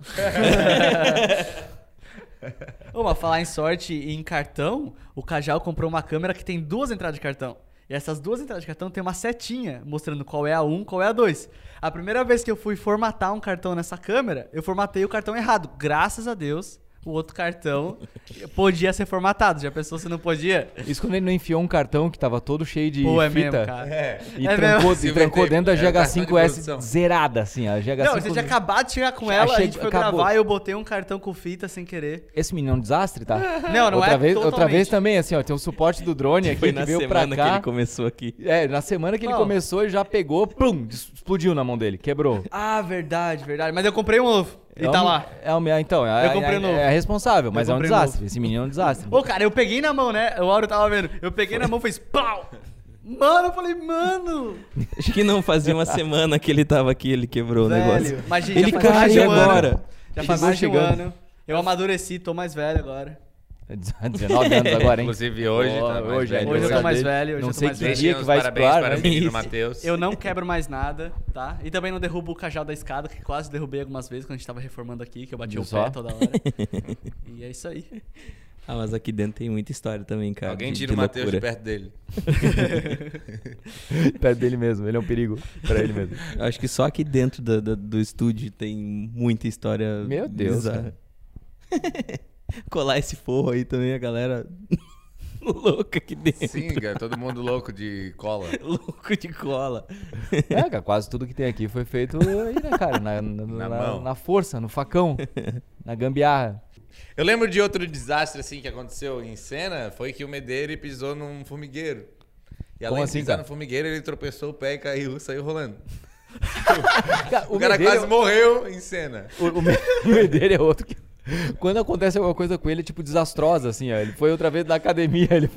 Speaker 4: Ô, mas falar em sorte e em cartão, o Cajal comprou uma câmera que tem duas entradas de cartão. E essas duas entradas de cartão tem uma setinha mostrando qual é a 1, qual é a 2. A primeira vez que eu fui formatar um cartão nessa câmera, eu formatei o cartão errado. Graças a Deus, o outro cartão [LAUGHS] podia ser formatado. Já pensou se não podia?
Speaker 1: aí. Isso quando ele não enfiou um cartão que tava todo cheio de
Speaker 4: Pô, é
Speaker 1: fita.
Speaker 4: mesmo, cara.
Speaker 3: É.
Speaker 1: E
Speaker 4: É
Speaker 1: trancou,
Speaker 3: mesmo.
Speaker 1: e trancou dentro da
Speaker 3: Era cartão de
Speaker 1: GH5S
Speaker 3: produção.
Speaker 1: zerada, assim, a GH5.
Speaker 4: tá Não, você tinha acabado de chegar com
Speaker 1: Já
Speaker 4: ela, a
Speaker 1: chega-
Speaker 4: gente foi
Speaker 1: acabou.
Speaker 4: gravar e eu botei um cartão com fita
Speaker 1: [LAUGHS]
Speaker 4: sem querer.
Speaker 1: Esse menino é um desastre,
Speaker 4: [LAUGHS]
Speaker 1: tá?
Speaker 4: Não, não
Speaker 1: outra
Speaker 4: é
Speaker 1: vez, Outra vez
Speaker 4: totalmente.
Speaker 1: também, assim, ó, tem o suporte do drone aqui
Speaker 2: [LAUGHS] Foi
Speaker 1: que
Speaker 2: na
Speaker 1: veio pra
Speaker 2: semana que
Speaker 1: cá.
Speaker 2: ele começou aqui.
Speaker 1: É, na semana que ele
Speaker 4: Não.
Speaker 1: começou, ele já pegou, plum, des- explodiu na mão dele, quebrou.
Speaker 4: Ah, verdade, verdade. Mas eu comprei um novo e
Speaker 1: É
Speaker 4: tá
Speaker 1: um-
Speaker 4: lá.
Speaker 1: É um, é, então, é,
Speaker 4: Eu comprei
Speaker 1: é-
Speaker 4: novo.
Speaker 1: é responsável, mas é um
Speaker 4: comprei
Speaker 1: desastre.
Speaker 4: novo.
Speaker 1: Esse menino é um desastre. [LAUGHS]
Speaker 4: Ô, cara, eu peguei na mão, né? O Auro tava vendo. Eu peguei na mão, fez pau! Mano, eu falei, mano!
Speaker 2: Acho que não
Speaker 1: [LAUGHS]
Speaker 2: fazia uma semana que ele tava aqui, ele quebrou
Speaker 4: velho.
Speaker 2: o negócio.
Speaker 4: Mas, gente,
Speaker 2: Ele
Speaker 4: já faz mais de
Speaker 2: caiu
Speaker 4: um ano.
Speaker 2: agora.
Speaker 4: Já
Speaker 1: Chegou
Speaker 4: faz mais de um
Speaker 1: chegando.
Speaker 4: ano. Eu amadureci, tô mais velho agora.
Speaker 1: É 19 anos agora, hein?
Speaker 3: Inclusive hoje,
Speaker 1: Ó,
Speaker 3: tá mais
Speaker 1: hoje,
Speaker 3: velho.
Speaker 1: é,
Speaker 4: Hoje eu tô
Speaker 1: graças a
Speaker 4: mais
Speaker 1: Deus.
Speaker 4: velho, hoje
Speaker 1: não
Speaker 4: eu tô
Speaker 1: sei
Speaker 4: mais
Speaker 1: que
Speaker 4: velho.
Speaker 1: dia que vai
Speaker 3: parabéns
Speaker 1: explorar,
Speaker 3: para
Speaker 1: né?
Speaker 3: o menino
Speaker 2: Isso.
Speaker 3: Matheus.
Speaker 4: Eu não quebro mais nada, tá? E também não derrubo o cajal da escada, que quase derrubei algumas vezes quando a gente tava reformando aqui, que eu bati
Speaker 1: Viu
Speaker 4: o
Speaker 1: só?
Speaker 4: pé toda hora. e é isso aí.
Speaker 2: [LAUGHS] Ah, mas aqui dentro tem muita história também, cara.
Speaker 3: Alguém
Speaker 2: de-
Speaker 3: tira
Speaker 2: de
Speaker 3: o Matheus de
Speaker 2: loucura.
Speaker 3: perto [LAUGHS] dele.
Speaker 1: [LAUGHS] Perto dele mesmo, ele é um perigo pra ele mesmo.
Speaker 2: [LAUGHS] Eu Acho que só aqui dentro da- da- do estúdio tem muita história.
Speaker 1: Meu Deus,
Speaker 2: bizarra. [LAUGHS] Colar esse forro aí também, a galera [LAUGHS] louca aqui dentro.
Speaker 3: Sim, cara, todo mundo louco de cola.
Speaker 2: [LAUGHS] Louco de cola.
Speaker 1: É, cara, quase tudo que tem aqui foi feito aí, né, cara? Na, na,
Speaker 3: Na
Speaker 1: na-
Speaker 3: mão.
Speaker 1: na força, no facão, na gambiarra.
Speaker 3: Eu lembro de outro desastre assim que aconteceu em cena, foi que o Medeiro pisou num formigueiro. E além
Speaker 1: assim,
Speaker 3: de pisar
Speaker 1: cara?
Speaker 3: no formigueiro, ele tropeçou o pé e caiu, saiu rolando.
Speaker 1: Cara,
Speaker 3: O, cara
Speaker 1: Medeiros-
Speaker 3: quase morreu em cena.
Speaker 1: O, o, Me- [LAUGHS] o Medeiro é outro que. Quando acontece alguma coisa com ele, é tipo desastrosa, assim, ó. Ele foi outra vez na academia. [LAUGHS] Ele...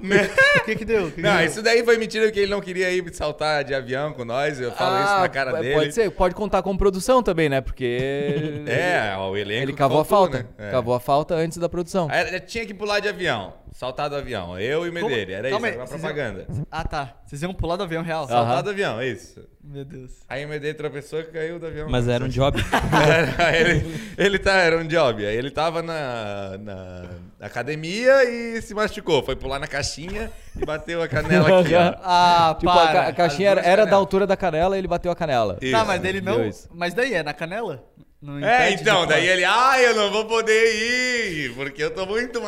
Speaker 4: O que que deu? O que que
Speaker 3: Não,
Speaker 4: deu?
Speaker 3: isso daí foi mentira porque ele não queria ir saltar de avião com nós, eu falo isso na cara
Speaker 1: Ah,
Speaker 3: dele.
Speaker 1: Pode ser, pode contar com produção também, né? Porque.
Speaker 3: [LAUGHS] É, o elenco.
Speaker 1: Ele
Speaker 3: que
Speaker 1: cavou a
Speaker 3: faltou,
Speaker 1: falta.
Speaker 3: né? É.
Speaker 1: Cavou a falta antes da produção.
Speaker 3: Aí ele tinha que pular de avião, saltar do avião. Eu e o Medeiro, era isso,
Speaker 4: Calma aí,
Speaker 3: era uma
Speaker 4: vocês-
Speaker 3: propaganda.
Speaker 4: Ah, tá. Vocês iam pular do avião real.
Speaker 1: Aham. Tipo,
Speaker 3: Saltar do avião, é isso.
Speaker 4: Meu Deus.
Speaker 3: Aí o Medeiro tropeçou e caiu do avião.
Speaker 2: Mas era um job.
Speaker 3: [LAUGHS] Era, ele, ele tá, era um job. Aí ele tava na, na academia e se machucou. Foi pular na caixinha e bateu a
Speaker 1: [LAUGHS]
Speaker 3: canela aqui, ó.
Speaker 4: Ah,
Speaker 1: Tipo, a,
Speaker 4: para.
Speaker 1: ca- a caixinha
Speaker 3: as
Speaker 1: era, era
Speaker 3: duas
Speaker 1: da
Speaker 3: canelas.
Speaker 1: altura da canela e ele bateu a canela.
Speaker 3: Isso.
Speaker 4: Tá, mas ele não.
Speaker 1: Deu isso.
Speaker 4: Mas daí é na canela?
Speaker 3: É,
Speaker 4: Não impede de
Speaker 3: então,
Speaker 4: pular.
Speaker 3: daí ele, ah, eu não vou poder ir, porque eu tô muito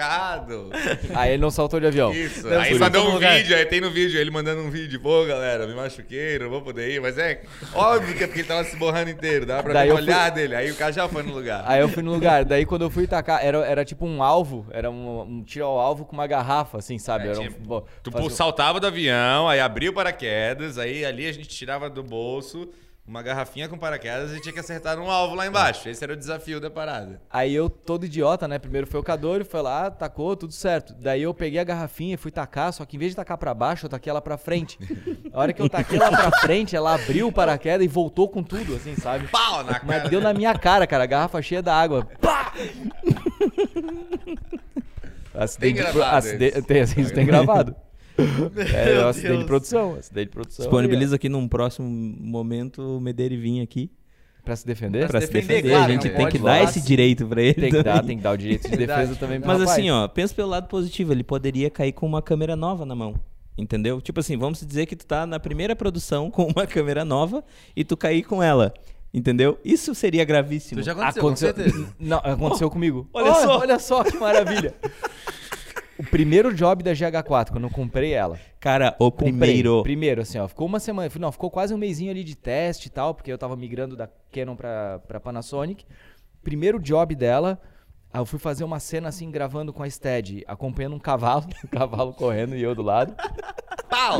Speaker 3: machucado.
Speaker 1: Aí ele não saltou de avião.
Speaker 3: Isso,
Speaker 4: Deve
Speaker 3: aí
Speaker 4: ser
Speaker 3: só
Speaker 4: em
Speaker 3: deu
Speaker 4: todo
Speaker 3: um
Speaker 4: lugar.
Speaker 3: vídeo, aí tem no vídeo ele mandando um vídeo, pô, galera, me machuquei, não vou poder ir, mas é óbvio que é porque ele tava se borrando inteiro, dava pra
Speaker 1: Daí
Speaker 3: ver o
Speaker 1: eu fui-
Speaker 3: olhar dele, aí o cara já foi no lugar.
Speaker 1: Aí eu fui no lugar, daí quando eu fui tacar, era, era tipo um alvo, era um, um tiro ao alvo com uma garrafa, assim, sabe?
Speaker 3: É,
Speaker 1: Era um-
Speaker 3: tinha-
Speaker 1: bom,
Speaker 3: Tu
Speaker 1: fazer-
Speaker 3: pô- saltava do avião, aí abria o paraquedas, aí ali a gente tirava do bolso uma garrafinha com paraquedas e tinha que acertar um alvo lá embaixo. Esse era o desafio da parada.
Speaker 1: Aí eu, todo idiota, né? Primeiro foi o Cadore, foi lá, tacou, tudo certo. Daí eu peguei a garrafinha e fui tacar, só que em vez de tacar pra baixo, eu taquei ela pra frente. A hora que eu taquei ela pra frente, ela abriu o paraquedas e voltou com tudo, assim, sabe?
Speaker 3: Pau na cara.
Speaker 1: Mas deu na minha cara, cara, a garrafa cheia da água. Pá! Acidente de pro-
Speaker 3: gravado
Speaker 1: acide-
Speaker 3: isso.
Speaker 1: Tem,
Speaker 4: [LAUGHS]
Speaker 1: assim, isso tem gravado. É, é um
Speaker 4: Meu
Speaker 1: acidente de
Speaker 4: Deus.
Speaker 1: produção, acidente de produção.
Speaker 2: Disponibiliza aqui num próximo momento o Medeiro vir aqui.
Speaker 1: Pra se defender? né?
Speaker 2: Pra se defender,
Speaker 4: claro,
Speaker 2: a gente
Speaker 4: não
Speaker 2: tem
Speaker 4: pode
Speaker 2: que dar
Speaker 4: falar
Speaker 2: esse
Speaker 4: se-
Speaker 2: direito pra ele.
Speaker 1: Tem que dar,
Speaker 2: também.
Speaker 1: tem que dar o direito de
Speaker 4: Verdade.
Speaker 1: defesa também pro
Speaker 4: Não,
Speaker 2: Mas
Speaker 1: rapaz.
Speaker 2: assim, ó, pensa pelo lado positivo, ele poderia cair com uma câmera nova na mão. Entendeu? Tipo assim, vamos dizer que tu tá na primeira produção com uma câmera nova e tu cair com ela. Entendeu? Isso seria gravíssimo.
Speaker 3: Isso já aconteceu,
Speaker 1: [LAUGHS]
Speaker 3: com certeza.
Speaker 1: Não, aconteceu comigo.
Speaker 2: Oh,
Speaker 1: Oh,
Speaker 2: olha só.
Speaker 1: Olha só que
Speaker 2: [LAUGHS]
Speaker 1: maravilha. o primeiro job da GH4, quando eu comprei ela.
Speaker 2: Cara, o
Speaker 1: Comprei.
Speaker 2: primeiro.
Speaker 1: Primeiro, assim, ó. Ficou uma semana. Não, ficou quase um mesinho ali de teste e tal, porque eu tava migrando da Canon pra, pra Panasonic. Primeiro job dela, aí eu fui fazer uma cena assim, gravando com a Stead, acompanhando um cavalo, [LAUGHS] um cavalo correndo e eu do lado. [LAUGHS]
Speaker 3: Pau!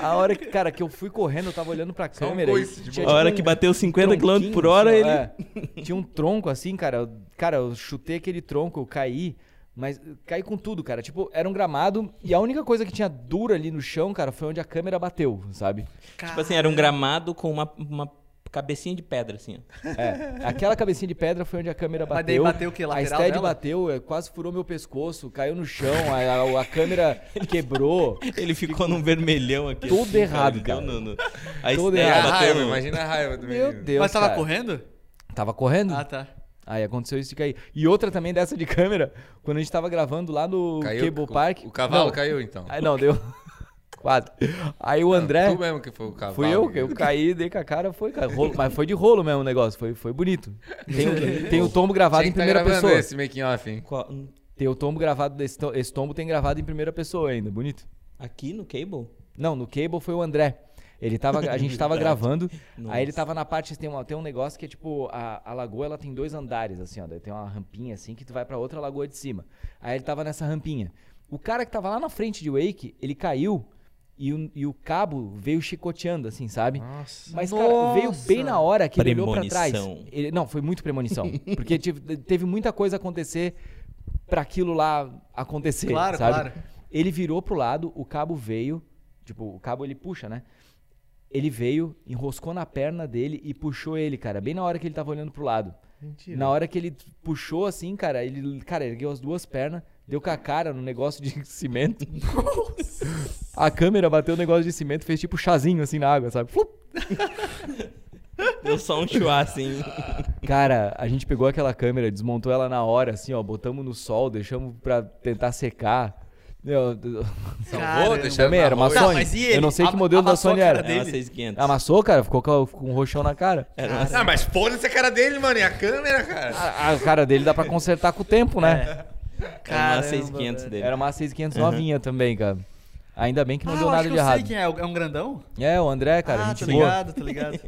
Speaker 1: A hora que, cara, que eu fui correndo, eu tava olhando pra
Speaker 3: Só um
Speaker 1: câmera.
Speaker 3: coice
Speaker 1: e
Speaker 3: de
Speaker 1: tinha,
Speaker 2: A hora
Speaker 1: tipo,
Speaker 2: que
Speaker 1: um
Speaker 2: bateu 50 km por
Speaker 1: tronquinho,
Speaker 2: hora,
Speaker 1: assim,
Speaker 2: ele.
Speaker 1: ó, é. Tinha um tronco assim, cara. eu- Cara, eu chutei aquele tronco, eu caí. Mas eu caí com tudo, cara. Tipo, era um gramado e a única coisa que tinha dura ali no chão, cara, foi onde a câmera bateu, sabe?
Speaker 2: Tipo assim, era um gramado com uma, uma cabecinha de pedra, assim. ó.
Speaker 1: É. Aquela cabecinha de pedra foi onde a câmera bateu.
Speaker 4: Mas daí bateu o quê?
Speaker 1: A
Speaker 4: Lateral
Speaker 1: Stead
Speaker 4: dela?
Speaker 1: bateu, é, quase furou meu pescoço, caiu no chão, a, a- a câmera
Speaker 4: [LAUGHS]
Speaker 1: quebrou.
Speaker 2: Ele ficou num vermelhão aqui.
Speaker 1: Tudo
Speaker 2: assim,
Speaker 1: errado,
Speaker 2: ele deu
Speaker 1: cara. [LAUGHS]
Speaker 2: no- no- Aí
Speaker 1: Tudo
Speaker 2: é,
Speaker 3: É a
Speaker 1: errado.
Speaker 2: bateu
Speaker 3: raiva,
Speaker 2: no-
Speaker 3: imagina a raiva do
Speaker 1: Meu
Speaker 3: menino.
Speaker 1: Deus,
Speaker 4: Mas tava
Speaker 1: cara.
Speaker 4: correndo?
Speaker 1: Tava correndo?
Speaker 4: Ah, tá.
Speaker 1: Aí aconteceu isso de cair. E outra também dessa de câmera, quando a gente tava gravando lá no Cable
Speaker 3: o-
Speaker 1: Park.
Speaker 3: O cavalo
Speaker 1: Não,
Speaker 3: caiu, então.
Speaker 1: Aí não, deu. [LAUGHS] Quase. Aí o André.
Speaker 3: Tu mesmo que foi o cavalo.
Speaker 1: Fui eu, que eu caí, dei com a cara, foi, cara. Rolo, mas foi de rolo mesmo o negócio, foi, foi bonito. Tem, o- tem o tombo gravado
Speaker 3: Quem
Speaker 1: em
Speaker 3: que tá
Speaker 1: primeira
Speaker 3: gravando
Speaker 1: pessoa.
Speaker 3: esse making off, hein?
Speaker 2: Qual- um,
Speaker 1: Tem o tombo gravado, desse, to- esse tombo tem gravado em primeira pessoa ainda, bonito.
Speaker 2: Aqui no cable?
Speaker 1: Não, no cable foi o André. Ele tava, a gente
Speaker 3: [LAUGHS]
Speaker 1: tava gravando,
Speaker 2: Nossa.
Speaker 1: aí ele tá- tava na parte, tem, uma, tem um negócio que é tipo, a, a lagoa ela tem dois andares, assim, ó. Daí tem uma rampinha assim que tu vai pra outra lagoa de cima. Aí ele tava nessa rampinha. O cara que tava lá na frente de Wake, ele caiu e o, e o cabo veio chicoteando, assim, sabe?
Speaker 3: Nossa.
Speaker 1: Mas, cara, veio bem na hora que ele olhou pra trás.
Speaker 2: Premonição.
Speaker 1: Ele- não, foi muito premonição. porque tive- teve muita coisa acontecer pra aquilo lá acontecer,
Speaker 4: Claro,
Speaker 1: sabe?
Speaker 4: claro.
Speaker 1: Ele virou pro lado, o cabo veio, tipo, o cabo ele puxa, né? Ele veio, enroscou na perna dele e puxou ele, cara, bem na hora que ele tava olhando pro lado.
Speaker 3: Mentira.
Speaker 1: Na hora que ele puxou assim, cara, ele, cara, ergueu as duas pernas, deu com a cara no negócio de [LAUGHS] cimento. a câmera bateu no negócio de cimento, fez tipo chazinho assim na água, sabe? Flup!
Speaker 2: Deu só um chuá, assim.
Speaker 1: [LAUGHS] Cara, a gente pegou aquela câmera, desmontou ela na hora, assim, ó, botamos no sol, deixamos pra tentar secar. Eu, eu-
Speaker 4: Caramba.
Speaker 3: deixar
Speaker 1: também era uma
Speaker 3: Não,
Speaker 1: Sony.
Speaker 4: mas e ele?
Speaker 1: Eu não sei que
Speaker 4: Ama-
Speaker 1: modelo da
Speaker 4: amassou a
Speaker 1: Sony
Speaker 4: cara
Speaker 1: era.
Speaker 2: É uma
Speaker 4: Dele.
Speaker 2: 6500.
Speaker 1: Amassou, cara, ficou com com um roxão na cara.
Speaker 3: Ah, mas foda-se a cara dele, mano, e a câmera, cara.
Speaker 1: A, a cara dele dá pra consertar com o tempo,
Speaker 4: É,
Speaker 1: né?
Speaker 2: Era uma
Speaker 4: Caramba,
Speaker 2: 6500
Speaker 4: velho.
Speaker 2: dele.
Speaker 1: Era uma 6500 novinha também, cara. Ainda bem que não
Speaker 4: Ah,
Speaker 1: deu
Speaker 4: eu
Speaker 1: nada
Speaker 4: acho que
Speaker 1: de
Speaker 4: eu
Speaker 1: errado.
Speaker 4: sei quem é. É um grandão?
Speaker 1: É, o André, cara, a
Speaker 4: ah,
Speaker 1: gente
Speaker 4: tô
Speaker 1: boa.
Speaker 4: ligado, tô ligado.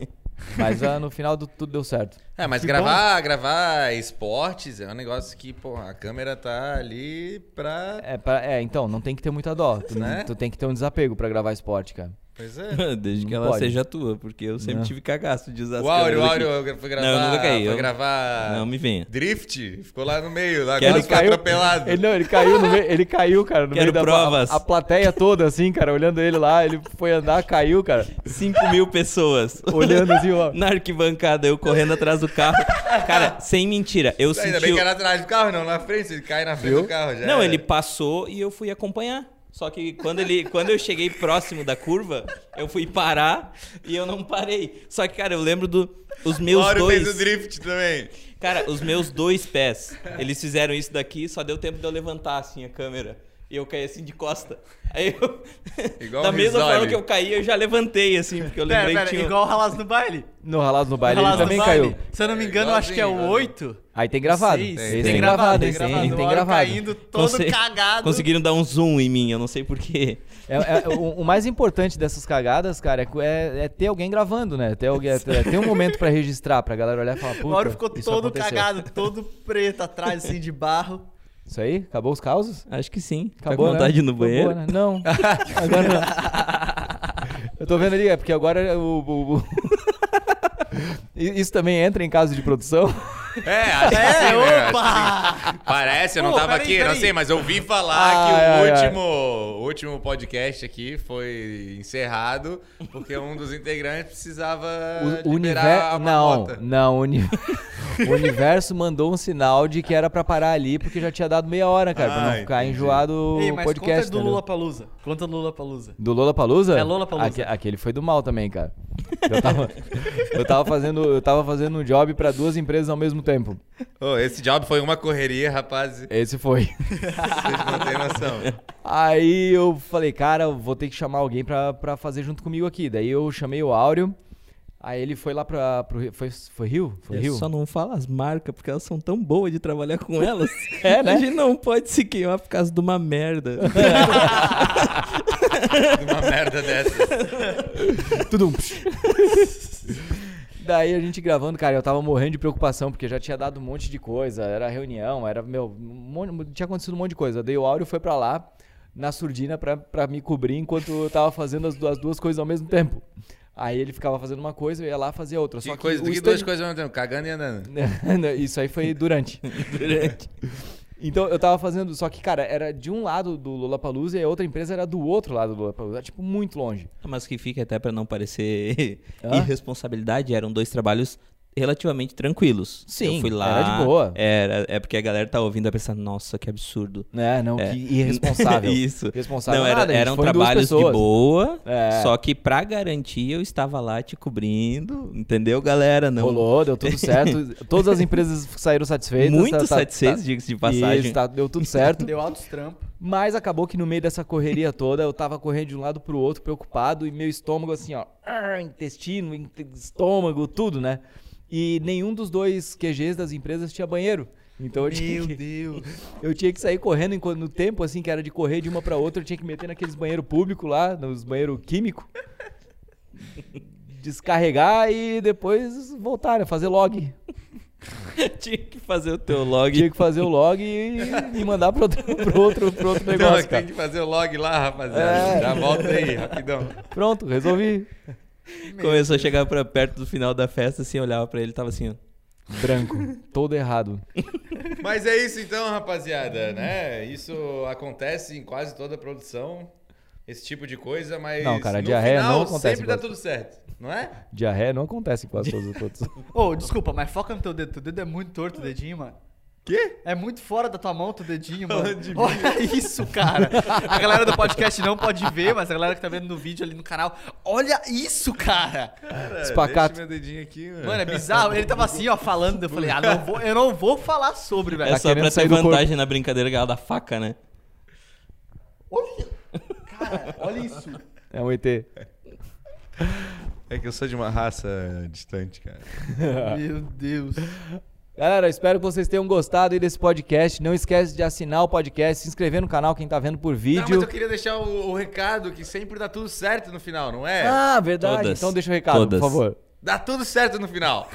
Speaker 1: Mas ah, no final do- tudo deu certo.
Speaker 3: É, mas gravar, gravar esportes é um negócio que, pô, a câmera tá ali pra.
Speaker 1: É, pra- é, então, não tem que ter muita dó. Tu,
Speaker 3: Né?
Speaker 1: tu tem que ter um desapego pra gravar esporte, cara.
Speaker 3: Pois é.
Speaker 2: [LAUGHS] Desde que
Speaker 1: Não
Speaker 2: ela
Speaker 1: pode.
Speaker 2: seja tua, porque eu sempre
Speaker 1: Não.
Speaker 2: tive cagaço de usar as
Speaker 3: O Áureo, o
Speaker 2: câmeras aqui.
Speaker 3: Áureo foi gravar.
Speaker 2: Não, eu nunca caí,
Speaker 3: Foi
Speaker 2: eu-
Speaker 3: gravar.
Speaker 2: Não me venha.
Speaker 3: Drift, ficou lá no meio, lá
Speaker 2: Que ele
Speaker 3: quase foi
Speaker 1: caiu-
Speaker 3: atropelado.
Speaker 1: Ele, não, ele caiu, no meio- ele caiu, cara, no
Speaker 2: Quero
Speaker 1: meio da
Speaker 2: provas.
Speaker 1: A, a plateia toda, assim, cara, olhando ele lá, ele foi andar, caiu, cara,
Speaker 2: 5 mil pessoas.
Speaker 1: [LAUGHS] olhando assim, ó.
Speaker 2: [LAUGHS] Na arquibancada, eu correndo atrás do carro. Cara, sem mentira, eu
Speaker 3: Ainda
Speaker 2: senti.
Speaker 3: bem
Speaker 2: o-
Speaker 3: que era atrás do carro, não, na frente, ele cai na frente do carro já.
Speaker 2: Não,
Speaker 3: era.
Speaker 2: ele passou e eu fui acompanhar. Só que quando, ele, [LAUGHS] quando eu cheguei próximo da curva, eu fui parar e eu não parei. Só que, cara, eu lembro dos os
Speaker 3: O
Speaker 2: meus
Speaker 3: Áureo
Speaker 2: dois.
Speaker 3: fez o drift também.
Speaker 2: Cara, os meus dois pés, eles fizeram isso daqui, só deu tempo de eu levantar assim a câmera. E eu caí assim de costa. Aí eu.
Speaker 3: [LAUGHS] Igual
Speaker 2: da
Speaker 3: o
Speaker 2: mesma
Speaker 3: Rizzoli.
Speaker 2: forma que eu caí, eu já levantei, assim, porque eu
Speaker 4: Pera,
Speaker 2: lembrei
Speaker 4: pera,
Speaker 2: que tinha.
Speaker 4: igual o Ralazo no baile.
Speaker 1: No Ralazo no baile, ele
Speaker 4: Ralazo no
Speaker 1: também
Speaker 4: baile.
Speaker 1: caiu.
Speaker 4: Se eu não me
Speaker 3: É,
Speaker 4: engano, eu acho que é o
Speaker 3: igualzinho,
Speaker 4: 8.
Speaker 1: Aí tem gravado.
Speaker 4: Seis.
Speaker 1: Esse
Speaker 3: Tem
Speaker 1: tem
Speaker 4: gravado,
Speaker 1: gravado,
Speaker 4: tem
Speaker 1: esse tem-
Speaker 4: gravado.
Speaker 1: tem
Speaker 4: O Áureo
Speaker 1: gravado.
Speaker 4: caindo todo
Speaker 2: Conse-
Speaker 4: cagado.
Speaker 2: Conseguiram dar um zoom em mim, eu não sei porquê.
Speaker 1: É- é- o, o mais importante dessas cagadas, cara, é, é- é ter alguém gravando, né? Ter, alguém, é ter, é ter um momento pra registrar, pra galera olhar e falar, puta,
Speaker 4: O Mauro ficou
Speaker 1: isso
Speaker 4: todo
Speaker 1: aconteceu.
Speaker 4: cagado, todo preto atrás, assim, de barro.
Speaker 1: Isso aí? Acabou os causos?
Speaker 2: Acho que sim.
Speaker 1: Acabou,
Speaker 2: tá com vontade de
Speaker 1: né?
Speaker 2: ir no
Speaker 1: Acabou,
Speaker 2: banheiro?
Speaker 1: né? Não. Agora não.
Speaker 2: [LAUGHS]
Speaker 1: Eu tô vendo ali, é porque agora o... o- [LAUGHS] o- I- Isso também entra em caso de produção?
Speaker 3: É, acho que sim,
Speaker 4: É,
Speaker 3: né? Acho
Speaker 4: opa!
Speaker 3: Parece, eu não
Speaker 4: Pô,
Speaker 3: tava
Speaker 4: peraí,
Speaker 3: aqui, não
Speaker 4: peraí.
Speaker 3: sei, mas eu ouvi
Speaker 1: Ai,
Speaker 3: falar
Speaker 1: ai,
Speaker 3: que o
Speaker 1: ai.
Speaker 3: último, o último podcast aqui foi encerrado porque um dos integrantes precisava
Speaker 1: O, o universo...
Speaker 3: liberar a
Speaker 1: Não,
Speaker 3: marmota.
Speaker 1: não. O, uni- [LAUGHS] o universo mandou um sinal de que era pra parar ali, porque já tinha dado meia hora, cara, pra
Speaker 3: Ah,
Speaker 1: não ficar
Speaker 3: entendi.
Speaker 1: enjoado
Speaker 4: Ei,
Speaker 1: o
Speaker 4: mas
Speaker 1: podcast.
Speaker 4: conta do
Speaker 1: entendeu?
Speaker 4: Lula Palusa. Conta do Lula Palusa.
Speaker 1: Do Lola Palusa?
Speaker 4: É, Lollapalooza.
Speaker 1: Aquele foi do mal também, cara. Eu tava, eu tava fazendo, eu tava fazendo um job pra duas empresas ao mesmo tempo.
Speaker 3: Ô, esse job foi uma correria, rapaz. Vocês
Speaker 1: Esse foi.
Speaker 3: não têm noção.
Speaker 1: Aí eu falei, cara, eu vou ter que chamar alguém pra, pra fazer junto comigo aqui. Daí eu chamei o Áureo. Aí ele foi lá pra. Pro, Rio- foi, foi Rio? Foi Rio?
Speaker 2: Só não fala as marcas, porque elas são tão boas de trabalhar com [LAUGHS] elas.
Speaker 1: É, né?
Speaker 2: A gente não pode se queimar por causa de uma merda.
Speaker 3: De uma merda dessa.
Speaker 1: Tudum. [LAUGHS] Daí a gente gravando, cara, eu tava morrendo de preocupação, porque já tinha dado um monte de coisa. Era reunião, era, meu, um monte- tinha acontecido um monte de coisa. Daí o Áureo foi pra lá, na surdina, pra, pra me cobrir, enquanto eu tava fazendo as duas, as duas coisas ao mesmo tempo. Aí ele ficava fazendo uma coisa, eu ia lá fazer outra. Só
Speaker 3: Que
Speaker 1: que
Speaker 3: coisa,
Speaker 1: o
Speaker 3: que
Speaker 1: stand- [LAUGHS]
Speaker 3: duas coisas ao mesmo tempo, cagando e andando.
Speaker 1: Isso aí foi
Speaker 3: [LAUGHS]
Speaker 1: durante. Então eu tava fazendo, só que, cara, era de um lado do Lollapalooza e a outra empresa era do outro lado do Lollapalooza. Era, tipo, muito longe.
Speaker 2: [LAUGHS] Mas que fica até pra não parecer
Speaker 1: Hã?
Speaker 2: irresponsabilidade, eram dois trabalhos relativamente tranquilos.
Speaker 1: Sim,
Speaker 2: eu fui lá.
Speaker 1: era de boa.
Speaker 2: Era, é porque a galera tá ouvindo e vai pensar, nossa, que absurdo.
Speaker 1: Né? Não,
Speaker 2: É.
Speaker 1: que
Speaker 3: [LAUGHS]
Speaker 1: irresponsável.
Speaker 2: [LAUGHS] Isso.
Speaker 1: Irresponsável
Speaker 2: não, era,
Speaker 1: nada, gente,
Speaker 2: eram
Speaker 1: foi em duas
Speaker 2: trabalhos de
Speaker 1: pessoas.
Speaker 2: boa,
Speaker 1: É.
Speaker 2: só que pra garantir eu estava lá te cobrindo, entendeu, galera? Não,
Speaker 1: Rolou, deu
Speaker 2: [LAUGHS]
Speaker 1: tudo certo. Todas as empresas saíram satisfeitas.
Speaker 2: Muito
Speaker 1: tá- tá-
Speaker 2: satisfeitos,
Speaker 1: tá-
Speaker 2: diga-se de passagem.
Speaker 1: Isso, tá, deu tudo certo.
Speaker 4: Deu altos trampos.
Speaker 1: Mas acabou que no meio dessa correria toda, eu tava correndo de um lado pro outro, preocupado, e meu estômago assim, ó, ah, intestino, inte- estômago, tudo, né? E nenhum dos dois QGs das empresas tinha banheiro. Então eu tinha,
Speaker 4: Meu
Speaker 1: que, [LAUGHS]
Speaker 4: Deus.
Speaker 1: eu tinha que sair correndo enquanto- no tempo, assim, que era de correr de uma pra outra, eu tinha que meter naqueles banheiro público lá, nos banheiro químico. Descarregar e depois voltar, né? Fazer log.
Speaker 2: [LAUGHS] Tinha que fazer o teu log.
Speaker 1: Tinha que fazer o log e, e mandar pro outro, pro outro, pro outro
Speaker 3: Não,
Speaker 1: Um negócio, cara.
Speaker 3: tem que fazer o log lá, rapaziada.
Speaker 1: É.
Speaker 3: Já volta aí, rapidão.
Speaker 1: Pronto, resolvi.
Speaker 2: Começou a chegar pra perto do final da festa, assim, eu olhava pra ele e tava assim, ó.
Speaker 1: Branco. Todo errado.
Speaker 3: Mas é isso então, rapaziada, né? Isso acontece em quase toda a produção, esse tipo de coisa, mas
Speaker 1: Não, cara,
Speaker 3: no
Speaker 1: diarreia
Speaker 3: final
Speaker 1: não acontece
Speaker 3: sempre
Speaker 1: em
Speaker 3: dá
Speaker 1: quase-
Speaker 3: tudo certo, não é?
Speaker 1: Diarreia não acontece em quase todos os produtos.
Speaker 4: Ô, desculpa, mas foca no teu dedo. Teu dedo é muito torto, o dedinho, mano.
Speaker 3: Quê?
Speaker 4: É muito fora da tua mão, teu dedinho, mano. Olha isso, cara. A galera do podcast não pode ver, mas a galera que tá vendo no vídeo ali no canal, olha isso, cara.
Speaker 3: Cara,
Speaker 1: Espacato.
Speaker 3: Deixa meu dedinho aqui, mano.
Speaker 4: Mano, é bizarro. Ele tava assim, ó, falando. Eu falei, ah, não vou, eu não vou falar sobre, velho.
Speaker 2: É
Speaker 1: Tá
Speaker 2: só
Speaker 1: querendo
Speaker 2: pra
Speaker 1: sair
Speaker 2: ter
Speaker 1: do corpo.
Speaker 2: vantagem na brincadeira que ela da faca, né?
Speaker 4: Olha, cara, olha isso.
Speaker 1: É um ET.
Speaker 3: É que eu sou de uma raça distante, cara.
Speaker 4: Meu Deus.
Speaker 1: Galera, espero que vocês tenham gostado aí desse podcast. Não esquece de assinar o podcast, se inscrever no canal, quem tá vendo por
Speaker 3: Não, mas
Speaker 1: vídeo.
Speaker 3: eu queria deixar o, o recado que sempre dá tudo certo no final, não é?
Speaker 1: Ah, verdade.
Speaker 2: Todas.
Speaker 1: Então deixa o recado,
Speaker 2: Todas.
Speaker 1: por favor.
Speaker 3: Dá tudo certo no final.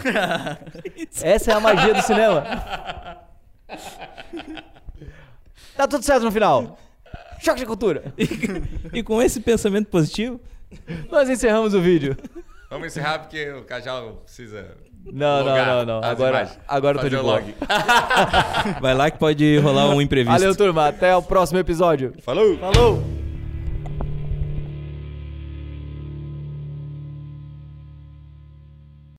Speaker 1: Essa é a magia do cinema. Dá Tá tudo certo no final. Choque de cultura.
Speaker 2: E com esse pensamento positivo,
Speaker 1: Nós encerramos o vídeo.
Speaker 3: Vamos encerrar porque o Cajal precisa.
Speaker 1: Não,
Speaker 3: logar
Speaker 1: não, não, não.
Speaker 3: as
Speaker 1: Agora,
Speaker 3: imagens.
Speaker 1: agora eu tô de
Speaker 3: Fazer o
Speaker 1: boa.
Speaker 3: log.
Speaker 2: vai lá que pode rolar um imprevisto.
Speaker 1: Valeu, turma. Até o próximo episódio.
Speaker 3: Falou!
Speaker 4: Falou.